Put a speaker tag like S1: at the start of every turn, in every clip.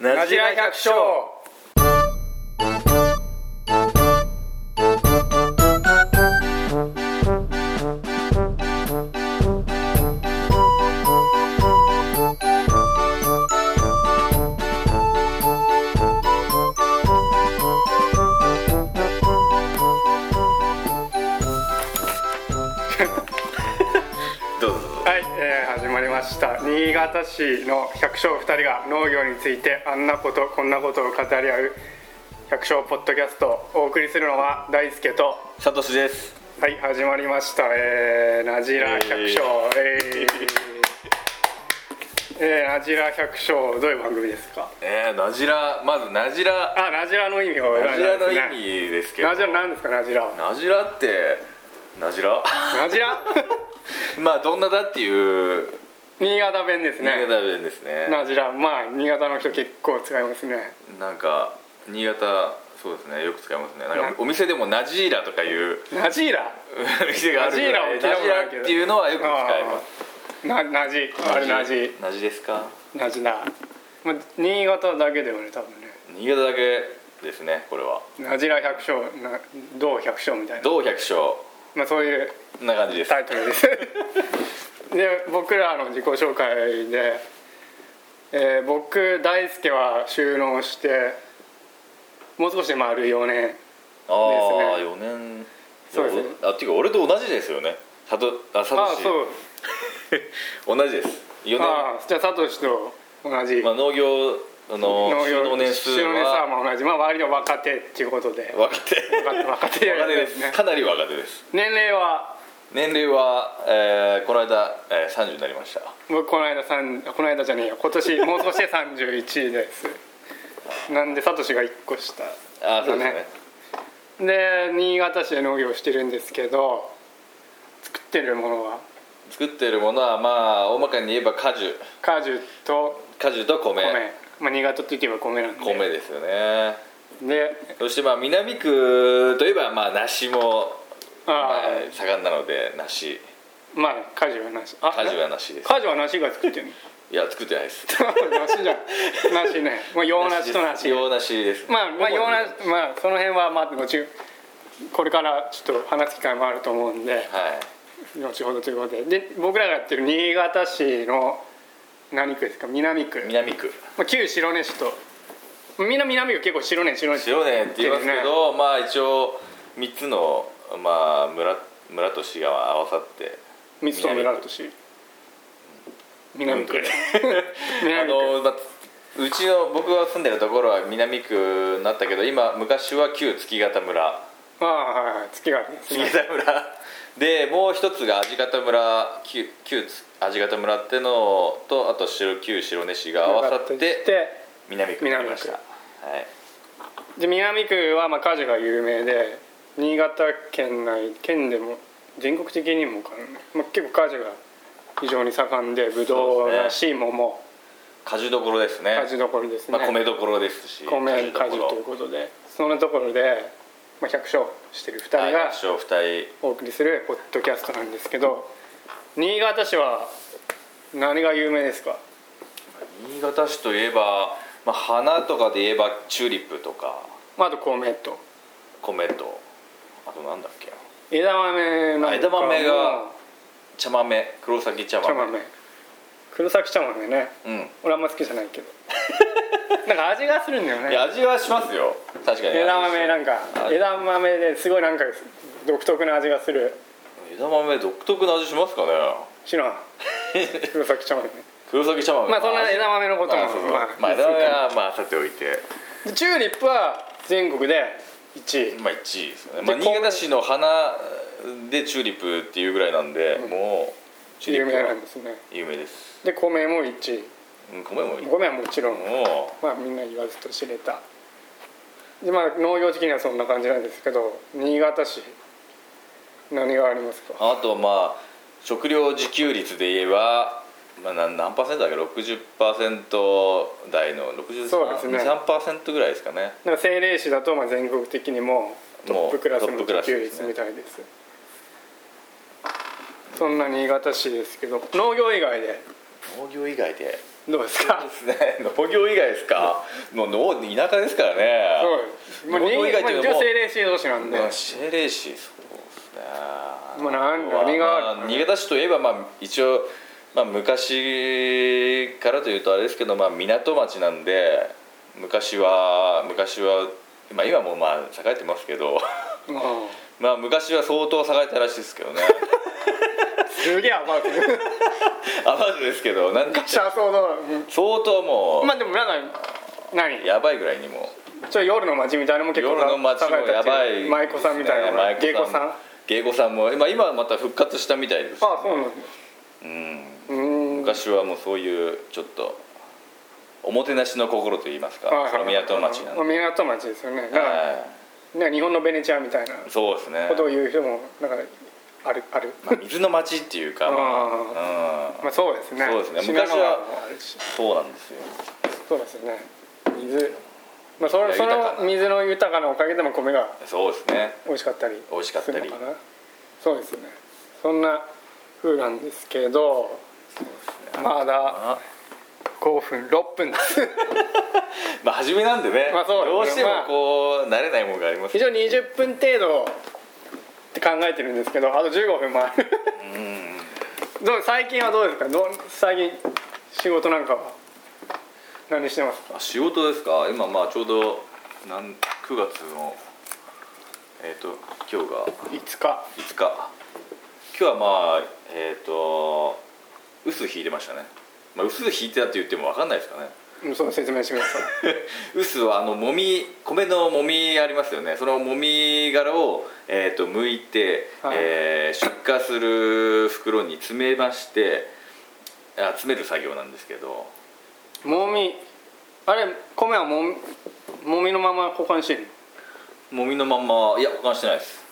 S1: なじら百姓
S2: どうぞどうぞ
S3: はい、えー始まりました新潟市の百姓2人が農業についてあんなことこんなことを語り合う百姓ポッドキャストをお送りするのは大輔と
S2: サトシです
S3: はい始まりました「えー、なじら百姓」えーえーなじら百姓どういう番組ですか
S2: えー、なじらまずなじら
S3: あなじらの意味を
S2: なじらの意
S3: ね
S2: 味ですけど
S3: なじらなんですかなじらは
S2: なじらってなじら
S3: なじら
S2: まあどんなだっていう
S3: 新潟弁です
S2: 新
S3: ね
S2: 潟弁ですね
S3: なじらまあ新潟の人結構使いますね
S2: なんか新潟そうですねよく使いますねなんかお店でもなじらとか いう
S3: なじら
S2: 店があるぐらい
S3: ナジーラを聞いたことある
S2: ナジー
S3: けど
S2: ラっていうのはよく使いま
S3: ななじ
S2: す
S3: あれなじ
S2: なじですか
S3: なじな、まあ、新潟だけだよね多分ね
S2: 新潟だけですねこれは
S3: なじら百姓などう百姓みたいな、
S2: 同百姓
S3: まあ、そういう
S2: こんな感じです
S3: タイトルです で僕らの自己紹介で、えー僕大輔は就農してもう少しで丸4年
S2: ああ、四年
S3: そうですね
S2: あっていうか俺と同じですよねさとあさ
S3: あ
S2: と
S3: あ
S2: し
S3: そう
S2: 同じです四年
S3: ああじゃあサトシと同じ
S2: まあ、農業あの就農年数
S3: 就農年数は
S2: は
S3: まあ同じまあ割と若手っていうことで
S2: 若手
S3: 若手若手
S2: 若手で
S3: ですす ね
S2: かなり若手です
S3: 年齢は
S2: 年齢は、えー、この間、えー、30になりました
S3: 僕この間さんこの間じゃねえよ今年もう少しで31ですなんでサトシが1個下
S2: ああそうですね
S3: で新潟市で農業してるんですけど作ってるものは
S2: 作ってるものはまあ大まかに言えば果樹
S3: 果樹と
S2: 果樹と米
S3: 米、まあ、新潟といえば米なんで
S2: 米ですよね
S3: で
S2: そしてまあ南区といえばまあ梨も、
S3: ああ、
S2: まあ盛んなので梨
S3: まあ果樹はなしあ
S2: 果樹は梨です
S3: 果樹は梨が作ってるの
S2: いや作ってないです
S3: 梨じゃん梨ね、まあ、洋梨と梨
S2: 洋梨です
S3: まあまあ洋
S2: は
S3: 梨まあその辺はまあ後これからちょっと話す機会もあると思うんで
S2: い
S3: 後ほどということでで僕らがやってる新潟市の何区ですか南区、ま
S2: 南区
S3: あ、旧白根市とみんな南区結構白根白根
S2: 白根って言いますけど、まあ一応三つの、まあ、村村と市が合わさって
S3: 水と村と市南区
S2: あ
S3: 南区
S2: の、まあ、うちの僕が住んでるところは南区になったけど今昔は旧月形村
S3: ああはいはい月があるんです
S2: 月
S3: ね
S2: 形村でもう一つが味方村旧旧味方村ってのとあと白旧白根市が合わさって南区になりました、は
S3: 南で南区はまあ果樹が有名で新潟県内県でも全国的にもかな、まあ、結構果樹が非常に盛んでぶど
S2: そう
S3: う
S2: ですね
S3: らしい桃
S2: い、果樹どころですね
S3: 果樹どころですね、
S2: まあ、米どころですし
S3: 米果樹ということでそのところで、まあ、100勝してる2人
S2: はい
S3: が
S2: 合唱二
S3: お送りするポッドキャストなんですけど新潟市は何が有名ですか
S2: 人新潟市といえば、まあ、花とかで言えばチューリップとか
S3: まああと米と
S2: 米とあとなんだっけな
S3: 枝豆なんか
S2: 枝
S3: も
S2: 豆が茶豆黒崎茶豆
S3: 茶豆黒崎茶豆ね
S2: うん
S3: 俺あんま好きじゃないけ どなんか味がするんだ
S2: い
S3: よ
S2: や
S3: ね
S2: 味はしますよ確かに
S3: 枝豆なん
S2: あ
S3: か枝豆ですごいなんか独特な味がする
S2: 枝豆独特の味しますかね
S3: 知 らん黒崎茶豆ね
S2: 黒崎茶豆
S3: まあそんな
S2: 味
S3: 枝豆のことも
S2: まあそうそう
S3: まあ
S2: まあ枝豆はまあさておいて
S3: でチューリップは全国で1位
S2: まあ1位ですよね、まあ、
S3: で
S2: 新潟市の花でチューリップっていうぐらいなんで、もうチュー
S3: 有
S2: リッ
S3: 名
S2: プ
S3: な
S2: は
S3: んですね
S2: 有名です
S3: で米も1位
S2: うん米もいいも
S3: 米はもちろん
S2: う
S3: まあみんな言わずと知れたでまあ農業的にはそんな感じなんですけど新潟市何がありますか
S2: あとまあ食料自給率で言えば、まあ、何何パーセントだっけ60%台の
S3: そうですね
S2: 63%ぐらいですかね
S3: なんか政令市だとまあ全国的にもトップクラスの
S2: もうトップクラ
S3: 自
S2: ス
S3: 給
S2: です
S3: 率
S2: ね
S3: みたいですそんな新潟市ですけど農業以外で
S2: 農業以外で
S3: どうですか
S2: ですね 農業以外ですかもう農田舎ですからね
S3: そうもう
S2: 農
S3: 人
S2: 業以外
S3: 間
S2: っていうの
S3: 女
S2: はもう
S3: 性霊視同士なんで、
S2: まあ精霊市そうですね
S3: まあなんだ何がある
S2: まあ新潟市といえばまあ一応まあ昔からというとあれですけどまあ港町なんで昔は昔はまあ今もまあ栄えてますけど
S3: うん
S2: まあ昔は相当栄えたらしいですけどね
S3: すげえアバウト
S2: あまずですけどなんか
S3: 車窓のうん
S2: 相当もう、
S3: まあでもなんか何
S2: やばいぐらいにも
S3: ちょ夜の街みたいなのも結構
S2: 夜の街もやばい
S3: 舞妓さんみたいなのが
S2: ですね
S3: 芸妓さんあ
S2: 芸妓さんも今今はまた復活したみたいです
S3: あそうなんだ
S2: うん
S3: うーん
S2: 昔はもうそういうちょっとおもてなしの心といいますか、
S3: はい
S2: その港町なんで、
S3: まあ港町ですよねだから
S2: は
S3: ね日本のベネチアみたいない
S2: そうですね
S3: ことを言う人もなんかあるある
S2: まあ、水の町っていう か、まあうん
S3: まあそうですね
S2: そうですね
S3: 品川
S2: 昔は
S3: もあるし
S2: そうなんですよ
S3: そうですね水まあそ
S2: い
S3: の
S2: や
S3: そ
S2: 豊か
S3: の
S2: な
S3: 水の豊かなおかげでも米が
S2: そうですね
S3: 美味しかったり
S2: 美味しかったり
S3: するのかなそうですねそんな風なんですけどまだ
S2: あ
S3: 5分6分です
S2: まあ初めなんでね,、
S3: まあそうですね
S2: どうしても
S3: まあ
S2: こう、慣れないものがあります
S3: 非常に20分程度って考えてるんですけどあと15分もある
S2: うん
S3: どう最近はどうですかどう最近仕事なんかは何してますか
S2: あ仕事ですか今まあちょうどなん9月のえっ、と今日が
S3: 5日
S2: 5日今日はまあえっ、と薄引いてましたね、まあ、薄引いてたって言っても分かんないですかね
S3: うんそう説明してください
S2: 薄はあのもみ米のもみありますよねそのもみ殻を、えー、と剥いて、
S3: はい
S2: えー出荷する袋に詰めましてあ詰める作業なんですけど
S3: もみあれ米はもみもみのまま保管してるの
S2: もみのまんまいや保管してないです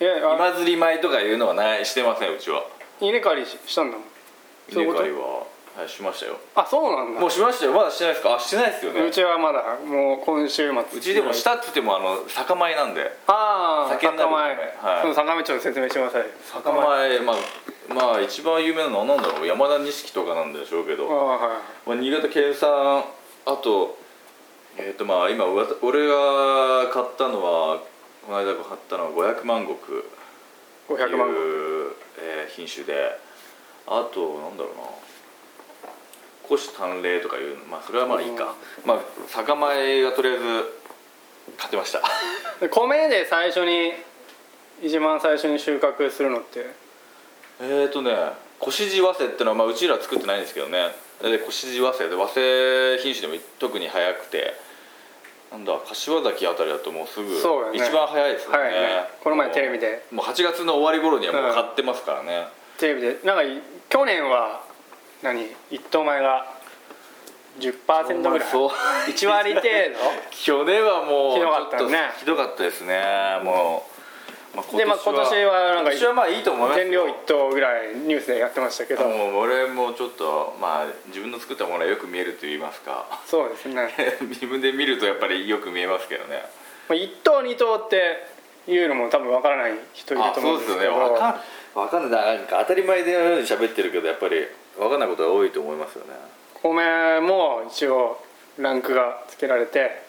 S3: いやあれ
S2: 今釣り米とかいうのはないしてませんうちは
S3: 稲刈りししたんだもんそう
S2: 稲
S3: いうこと
S2: 刈りは、はい、しましたよ
S3: あそうなんだ
S2: もうしましたよまだしてないですかあしてないですよね
S3: うちはまだもう今週末
S2: うちでもしたっつってもあの酒米なんで
S3: ああ
S2: 酒になる
S3: 酒米、
S2: はい
S3: その酒米ちょっと説明してください
S2: 酒米まあまあ一番有名なのは何だろう山田錦とかなんでしょうけ
S3: ああ
S2: ど、
S3: は
S2: まあ、新潟県産あとえっ、とまあ今わた俺が買ったのはこの間買ったのは500万石っ
S3: い
S2: てい
S3: 500万石
S2: う、えー品種であとなんだろうな虎視眈々とかいうのまあそれはまあいいか、まあ酒米がとりあえず買ってました
S3: で米で最初に一番最初に収穫するのって
S2: えーとね腰地早生ってのは、まあ、うちら作ってないんですけどねで腰地早生で和製品種でも特に早くてなんだ柏崎あたりだともうすぐ
S3: そうだね
S2: 一番早いですよね
S3: 早いねこの前テレビで
S2: もう8月の終わり頃にはもう買ってますからね、
S3: テレビでなんかい去年は何一等米が10%ぐらい
S2: そう
S3: 1割程
S2: 去年はもう
S3: ひどかった
S2: ちょ
S3: ね
S2: とひどかったですねもう、まあ、
S3: 度でまあ今年はなん
S2: 今
S3: か
S2: 年はまあいいと思います
S3: 全量一等ぐらいニュースでやってましたけど
S2: もう俺もちょっとまあ自分の作ったものはよく見えると言いますか
S3: そうですね
S2: 自分で見るとやっぱりよく見えますけどね
S3: まあ、一等二等っていうのも多分わからない人いる
S2: あ
S3: と
S2: そ
S3: 思う
S2: うんで
S3: ですす
S2: よ
S3: け
S2: ね
S3: ど
S2: わかんわかんないなんか当たり前のように喋ってるけどやっぱりわかんないことが多いと思いますよね
S3: 米も一応ランクがつけられて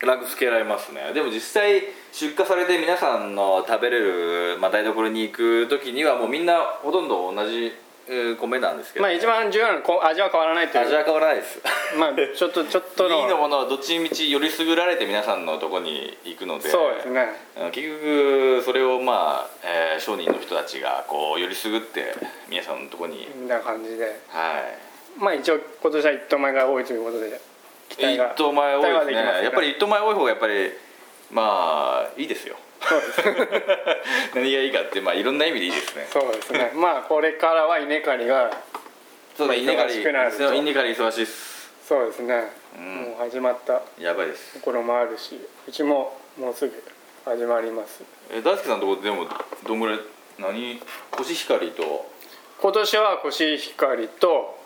S2: ランクつけられますねでも実際出荷されて皆さんの食べれる、まあ、台所に行く時にはもうみんなほとんど同じえー米なんですけど、
S3: まあ一番重要なのはこう味は変わらないという
S2: 味は変わらないです
S3: まあちょっとちょっとの
S2: 2位のものはどっちみちよりすぐられて皆さんのとこに行くので
S3: そうですね
S2: うん結局それをまあ、えー商人の人たちがこうよりすぐって皆さんのとこに、
S3: みたいな感じで
S2: はい
S3: まあ一応今年は一等米が多いということで期待が
S2: 一等前多
S3: 期待は
S2: です
S3: いで
S2: ね
S3: きますね
S2: やっぱり一等前多い方がやっぱりまあいいです よ何がいいかってまあいろんな意味でいいですね
S3: そうで すねまあこれからは稲刈りが
S2: そうだ稲刈り
S3: 忙しくなると
S2: 稲刈り忙しいっす
S3: そうですね、
S2: うん
S3: もう始まった
S2: やばいです
S3: ところもあるしうちももうすぐ始まります
S2: え大輔さんのとこでもどんぐらい何コシヒカリと
S3: 今年はコシヒカリと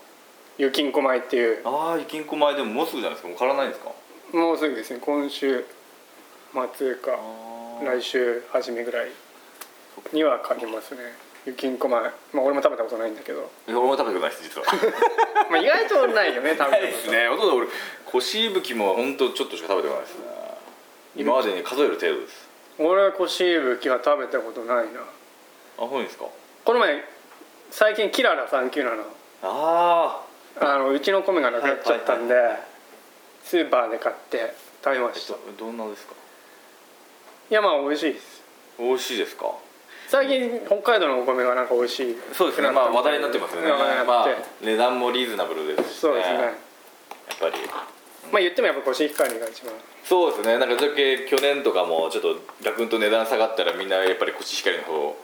S3: ユキンコ米っていう
S2: ああゆきんこ前でももうすぐじゃないですかもう刈らないんですか
S3: もうすぐですね今週末か
S2: あー
S3: 来週初めぐらいには書きますねゆきんこまん、まあ、俺も食べたことないんだけど、
S2: 俺も食べたことないです実は
S3: まあ、意外とないよね食べたこと
S2: ないですねほとんど俺コシイブキも本当ちょっとしか食べたことないですね今までに数える程度です
S3: 俺はコシイブキは食べたことないな
S2: あそうですか
S3: この前最近キララ397の
S2: あ
S3: あのうちの米がなくなっちゃったんで、スーパーで買って食べま
S2: あ
S3: したい
S2: どんなですか
S3: やまあ美味しいです
S2: 美味しいですか
S3: 最近北海道のお米がなんか美味しい
S2: そうですねまあ話題になってますよね、
S3: 話題になって
S2: まあ、値段もリーズナブルですし、ね、
S3: そうですね
S2: やっぱり
S3: まあ言ってもやっぱコシヒカリが一番
S2: そうですねなんかだけ去年とかもちょっとガクンと値段下がったらみんなやっぱりコシヒカリの方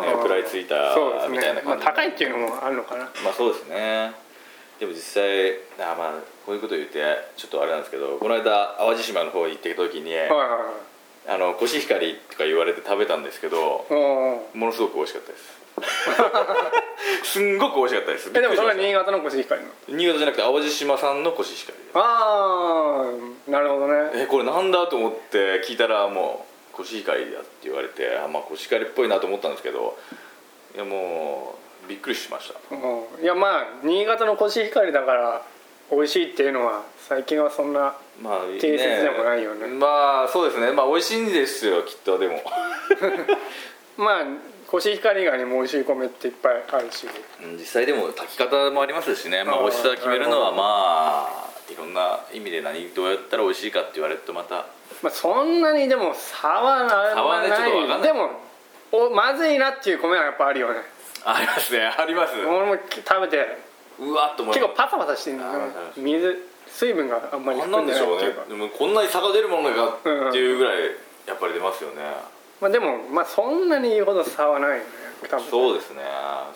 S3: あ
S2: ね食らいついた
S3: そうです
S2: み
S3: ね
S2: たいな感じ
S3: まあ、高いっていうのもあるのかな
S2: まあそうですねでも実際あーまあこういうこと言ってちょっとあれなんですけどこの間淡路島の方行ってきた時に
S3: はいはいはい
S2: あのコシヒカリとか言われて食べたんですけど
S3: おー
S2: ものすごく美味しかったです すんごく美味しかったです
S3: えでもそれは
S2: びっくりし
S3: 新潟のコシヒカリの
S2: ました新潟じゃなくて淡路島産のコシヒカリです
S3: ああなるほどね
S2: えこれなんだと思って聞いたらもうコシヒカリだって言われてあまあコシヒカリっぽいなと思ったんですけどいやもうびっくりしました
S3: うんいやまあ新潟のコシヒカリだから美味しいっていうのは最近はそんな
S2: まあね
S3: 定説でもないよね
S2: まあそうですねまあ美味しいんですよきっとでも
S3: まあコシヒカリ以外にも美味しい米っていっぱいあるし
S2: うん実際でも炊き方もありますしね、ま
S3: あ
S2: あ、
S3: ー
S2: 美味しさを決めるのはまあいろんな意味で何どうやったら美味しいかって言われるとまた
S3: まあそんなにでも差はな
S2: 差はねちょっとわかんない
S3: でもおまずいなっていう米はやっぱあるよね
S2: ありますねあります
S3: 俺も食べて
S2: うわっと思いま
S3: 結構パサパサしてるんだよね
S2: あー
S3: 水水分があんまり
S2: すあん
S3: 含
S2: なんん
S3: で
S2: で
S3: な
S2: し
S3: いって
S2: ょうね
S3: いうか
S2: でもこんなに差が出るものかっていうぐらいやっぱり出ますよね、
S3: まあでもまあそんなに言うほど差はないよね多分
S2: そうですね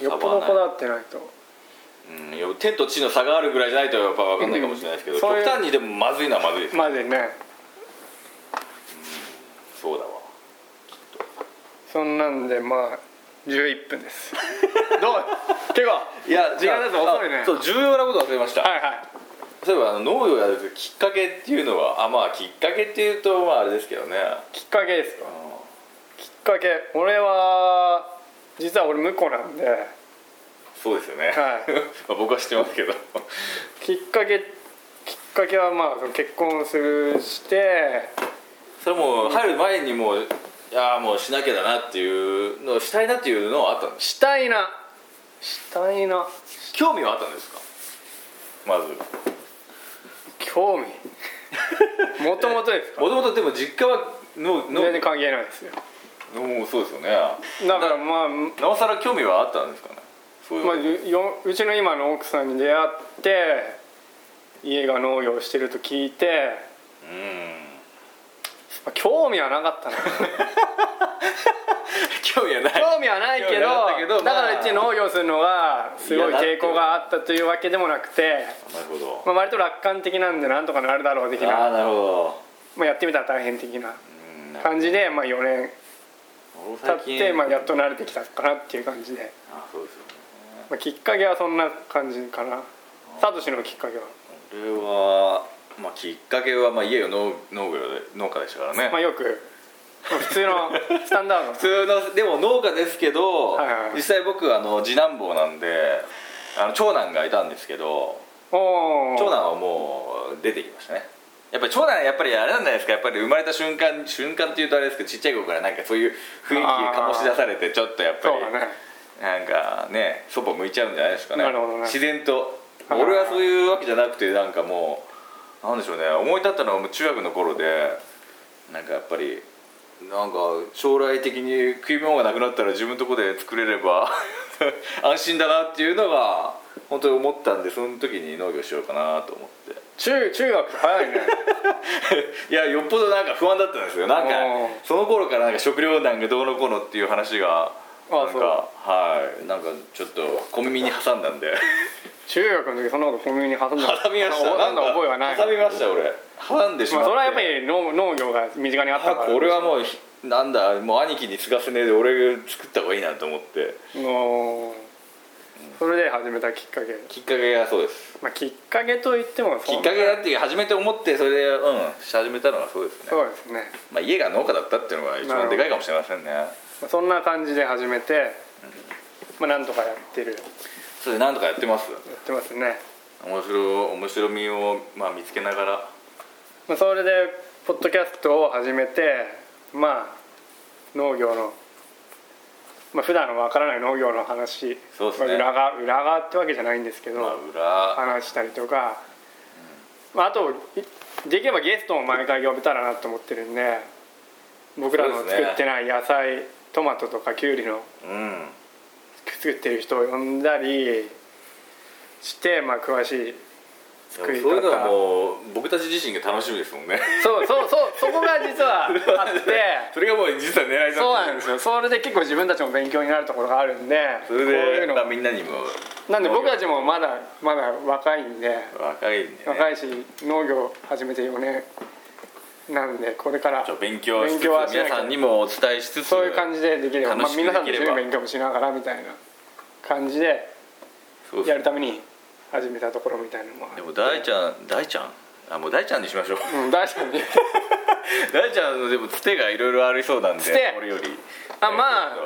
S3: よっぽどこだわってないと
S2: うんいや天と地の差があるぐらいじゃないとやっぱ分かんないかもしれないですけど、
S3: うんそうい
S2: 極
S3: う
S2: 端にでもまずいのはまずいです、
S3: まずね
S2: そうだわ
S3: そんなんでまあ11分です どう結構
S2: いや
S3: 時間です遅いね
S2: あそう重要なこと忘れました、
S3: はいはい
S2: そういえばあの農業やるきっかけっていうのはあまあきっかけっていうとまああれですけどね
S3: きっかけですか
S2: あの
S3: きっかけ俺は実は俺婿なんで
S2: そうですよね、
S3: はい
S2: まあ僕は知ってますけど
S3: きっかけきっかけはまあその結婚するして
S2: それもう入る前にもういやーもうしなきゃだなっていうのをしたいなっていうのはあったんです
S3: したいなしたいな
S2: 興味はあったんですかまず
S3: 興味もともとですか
S2: もともとでも実家は農農
S3: 全然関係ないですよ
S2: もうそうですよね
S3: だからまあ、
S2: なおさら興味はあったんですかねそういう
S3: ま
S2: こ
S3: あ、
S2: と
S3: よようちの今の奥さんに出会って家が農業してると聞いて、
S2: うん
S3: まあ、興味はなかっ たな
S2: 興味はない
S3: 興味はないけ
S2: 興味はなかった
S3: ど
S2: けどま
S3: だ
S2: あ
S3: からうち農業するのがすごい抵抗があったというわけでもなくて、
S2: なるほど
S3: まあ、割と楽観的なんでなんとかなるだろう的な
S2: ああなるほど
S3: まあ、やってみたら大変的な
S2: うんなる
S3: 感じで、まあ、4年
S2: ほど最
S3: 経
S2: 近
S3: って、まあ、やっと慣れてきたかなっていう感じで、
S2: あそうですよね
S3: まあ、きっかけはそんな感じかなサトシのきっかけは、
S2: これは、まあ、きっかけは、まあ、家を農農業で農家でしたからね、
S3: まあ、よくまあ普通のスタンダードの
S2: 普通のでも農家ですけど、
S3: はいはい
S2: 実際僕あの次男坊なんであの長男がいたんですけど
S3: おー
S2: 長男はもう出てきましたねやっぱり長男はやっぱりあれなんじゃないですかやっぱり生まれた瞬間瞬間っていうとあれですけどちっちゃい頃からなんかそういう雰囲気が醸し出されてちょっとやっぱり
S3: そうだね
S2: なんかねそば向いちゃうんじゃないですかね
S3: なるほどね
S2: 自然と
S3: あー
S2: 俺はそういうわけじゃなくてなんかもうなんでしょうね思い立ったのはもう中学の頃でなんかやっぱりなんか将来的に食い物がなくなったら自分のとこで作れれば 安心だなっていうのが本当に思ったんでその時に農業しようかなと思って
S3: 中中学早 いね
S2: いやよっぽどなんか不安だったんですよなんか
S3: おー
S2: その頃からなんか食糧難がどうのこうのっていう話が
S3: あ
S2: なん
S3: そう
S2: かはいなんかちょっと小耳に挟んだんで
S3: 中学の時そんなこと小耳に挟んだ
S2: 挟みました
S3: なんだ覚えはない、ま
S2: 挟みました俺挟んでしま
S3: あ、
S2: って、
S3: それはやっぱり農農業が身近にあったから
S2: あこれはもうひなんだもう兄貴に継がせねえで俺が作った方がいいなと思って
S3: おーそれで始めたきっかけ、
S2: きっかけがそうです
S3: まあ、きっかけといっても
S2: き
S3: そ
S2: っ
S3: う
S2: かけだっていう初めて思ってそれでうんし始めたのがそうですね、
S3: そうですね
S2: まあ、家が農家だったっていうのが一番でかいかもしれませんね
S3: まあそんな感じで始めてまあ、なんとかやってるや
S2: それ何とかやってます
S3: ってますね、
S2: 面白面白みを、まあ、見つけながら
S3: まあ、それでポッドキャストを始めてまあ農業のまあ普段のわからない農業の話
S2: そうですね
S3: まあ裏側裏側ってわけじゃないんですけど、
S2: まあ裏
S3: 話したりとか、まあ、あといできればゲストも毎回呼べたらなと思ってるんで僕らの
S2: そうです
S3: 作
S2: ね
S3: ってない野菜、トマトとかきゅうりの
S2: うん
S3: 作ってる人を呼んだりして、まあ、詳しい
S2: でも
S3: 作
S2: そう
S3: り
S2: いうのは
S3: 方
S2: もう僕たち自身が楽しみですもんね
S3: そうそうそうそこが実は あって
S2: それがもう実は狙いだ
S3: そうなんですよそれで結構自分たちも勉強になるところがあるんで
S2: それ
S3: こういう
S2: で
S3: の
S2: まあみんなにも
S3: なんで僕たちもまだまだ若いんで
S2: 若いんで、ね、
S3: 若いし農業始めて4年なんでこれから
S2: ちょっと勉強しつつ
S3: 勉強はしなきゃ
S2: 皆さんにもお伝えしつつ
S3: そういう感じでできれば、ま
S2: 楽
S3: あ、
S2: しくできれ
S3: 皆
S2: ば
S3: さんと一緒に勉強もしながらみたいな感じで
S2: そうっす
S3: やるために始めたところみたいなのもあ
S2: で
S3: る
S2: も大ちゃん大ちゃんあもう大ちゃんにし ましょう
S3: うん大丈夫ね
S2: 大ちゃんのでもつてがいろいろありそうなんで
S3: つて
S2: 俺より
S3: あまあ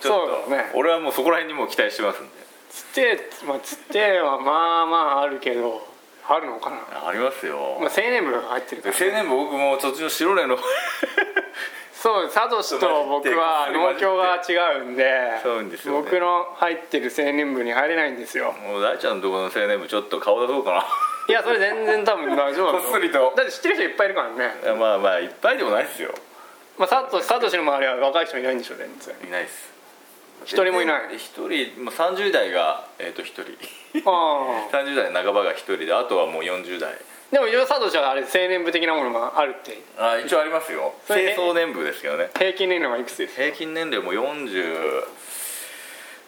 S2: ちょっと
S3: そうだね
S2: 俺はもうそこら辺にも期待してますんで
S3: つてまあつてはまあまああるけどあるのかな、ま
S2: ありますよ、
S3: あ、青年部が入ってる
S2: で
S3: から
S2: 青年部僕 も卒業白根の
S3: そうサトシと僕は農協が違うんで
S2: そうなんですよね
S3: 僕の入ってる青年部に入れないんですよ
S2: もう大ちゃんのところの青年部ちょっと顔出そうか
S3: いやそれ全然多分大丈夫だ
S2: な
S3: と
S2: こ
S3: 思
S2: っ
S3: う
S2: そりと
S3: だって知ってる人いっぱいいるからね、
S2: まあまあいっぱいでもないですよ
S3: まあ、サトシサトシの周りは若い人いないんでしょ全然
S2: いないです
S3: 一人もいない
S2: 一人もう30代がえっ、と一人
S3: ああ
S2: 30代半ばが一人であとはもう40代
S3: でもいろいろ佐藤氏はあれ青年部的なものがあるって
S2: あ一応ありますよ
S3: そ
S2: 清
S3: れ
S2: 掃年部ですけどね
S3: 平均年齢はいくつです
S2: 平均年齢も40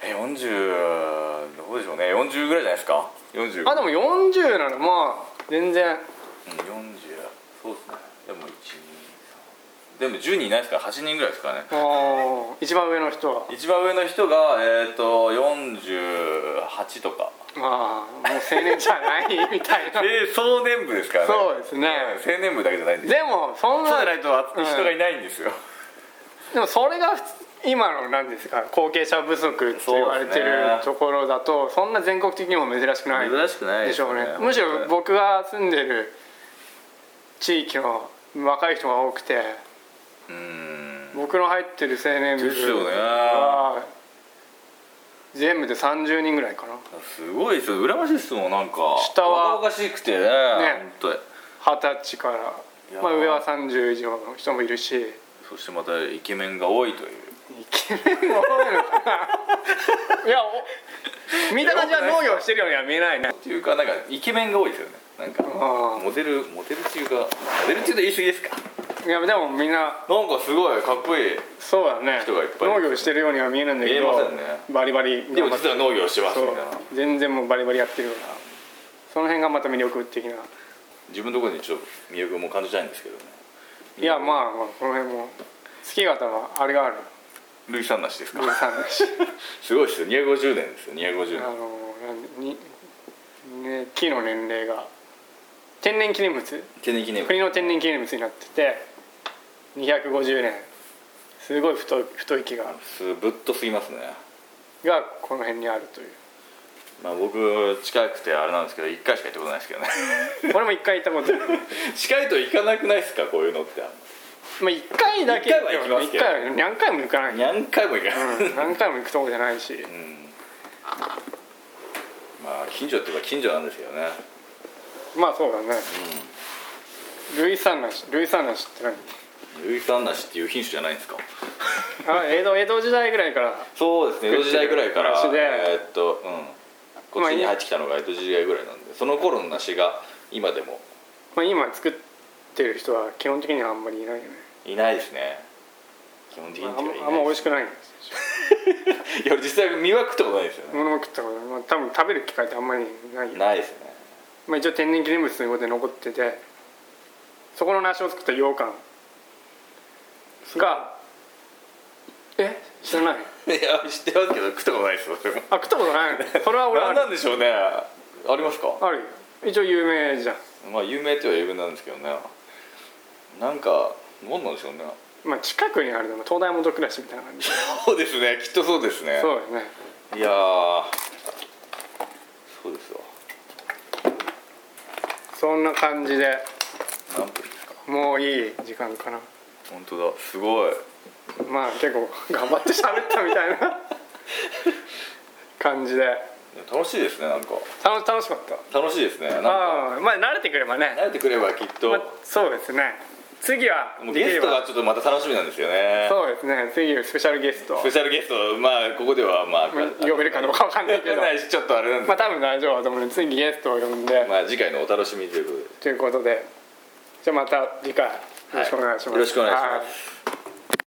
S2: え40どうでしょうね40ぐらいじゃないですか40
S3: あでも40ならまあ全然
S2: うん40そうですねでも1 2 3でも10人いないですから8人ぐらいですからね
S3: ああ一番上の人は
S2: 一番上の人がえっ、と48とか
S3: まあもう青年じゃないみたい な
S2: え総年部ですからね
S3: そうですね
S2: 青年部だけじゃないんですよ
S3: でもそん
S2: そう
S3: な
S2: じゃないと
S3: うん
S2: 人がいないんですよ、
S3: でもそれが普通今の何ですか後継者不足って言われて
S2: そうです
S3: る
S2: ね
S3: ところだとそんな全国的にも珍しくない
S2: 珍しくない
S3: でしょうねむしろ
S2: 僕
S3: 僕が住んでる地域の若い人が多くて
S2: うん
S3: 僕の入ってる青年部
S2: ですよね
S3: は全部で30人ぐらいかな
S2: すごいですよ羨ましいですもんなんか
S3: 下は
S2: 若々しくてね本当に
S3: 二十歳から
S2: いやー
S3: まあ、上は30以上の人もいるしイ
S2: そしてまたイケメンが多いという
S3: ケメンも多いのかないやお見た感じは農業してるようには見えないね
S2: っていうかなんかイケメンが多いですよねなんか
S3: あー
S2: モデルモデルっていうかモデルっていうと言い過ぎですか
S3: いやでもみんな
S2: なんかすごいかっこいい
S3: そうだね
S2: 人がいっぱいいる
S3: 農業してるようには見えないんだけど
S2: 見えませんね
S3: バリバリ
S2: でも実は農業してます
S3: そ
S2: み
S3: う
S2: たいな
S3: 全然もうバリバリやってるようなその辺がまた魅力的な
S2: 自分のところにちょっと魅力も感じたいんですけどね
S3: いやまあ、まあ、この辺も好き方はあれがある
S2: ルイさんなしですか
S3: ルイさん だし
S2: すごいですよ250年ですよ250年
S3: あのなんに、ね、木の年齢が天然記念物
S2: 天然記念日
S3: 国の天然記念物になってて250年すごい太い太い木が
S2: すぶっとすぎますね
S3: がこの辺にあるという
S2: まあ僕近くてあれなんですけど1回しか行ったことないですけどね
S3: 俺も一回行ったこ とある
S2: 近いと行かなくないですかこういうのって
S3: まあ一回だけ
S2: 一回は行きますけど
S3: 一回は何回も行かない、
S2: 何回も行かない、
S3: うん、何回も行くとこじゃないし
S2: うんまあ近所って言えば近所なんですけどね
S3: まあそうだね、ルイサンナシルイサンナシって何
S2: ルイさんなしっていう品種じゃないんですか
S3: あ江戸江戸時代ぐらいから
S2: そうですね江戸時代ぐらいから
S3: 梨で
S2: えーっとうんこっ
S3: まあ
S2: ち
S3: い
S2: に
S3: い
S2: 入ってきたのが江戸時代ぐらいなんでその頃の梨が今でも
S3: まあ、今作ってる人は基本的にはあんまりいないよね、
S2: いないですね基本的に
S3: まあ、
S2: は
S3: あんまあん
S2: い
S3: ま
S2: ない
S3: 美味しくないんですよ
S2: いや俺実際身は食ったことないですよね
S3: 物を食ったことない、まあ、多分食べる機会ってあんまりない、
S2: ないですね
S3: まあ、一応天然記念物ということで残っててそこの梨を作った羊羹がえ知らない
S2: いや知ってますけど食ったことないですよそれも
S3: あ食ったことないのそれは俺あ
S2: 何
S3: る
S2: なんでしょうねありますか
S3: あるよ一応有名じゃん
S2: まあ有名といえば有名なんですけどねなんか何なんでしょうね
S3: まあ近くにあるのも東大元暮らしみたいな感じ
S2: そうですねきっとそうですね
S3: そうだよね
S2: いやーそうですよ
S3: そんな感じで
S2: 何分ですか
S3: もういい時間かな
S2: 本当だすごい
S3: まあ結構 頑張って喋ったみたいな感じで
S2: いや楽しいですねなんか
S3: 楽楽しかった
S2: 楽しいですねなんか
S3: ああまあ慣れてくればね、
S2: 慣れてくればきっと、
S3: まあ、そうですね次は
S2: もう
S3: で
S2: ゲ
S3: きれ
S2: ス
S3: ば
S2: トがちょっとまた楽しみなんですよね
S3: そうですね次はスペシャルゲスト
S2: スペシャルゲストまあここではまあ
S3: 呼べるかどうかわかんないけど
S2: 呼べ ないしちょっとあれなんです
S3: まあ多分大丈夫だと思うので次ゲストを呼んで
S2: まあ次回のお楽しみということで
S3: ということでじゃあまた次回よろしくお願いします、
S2: はいよろしくお願いします
S3: す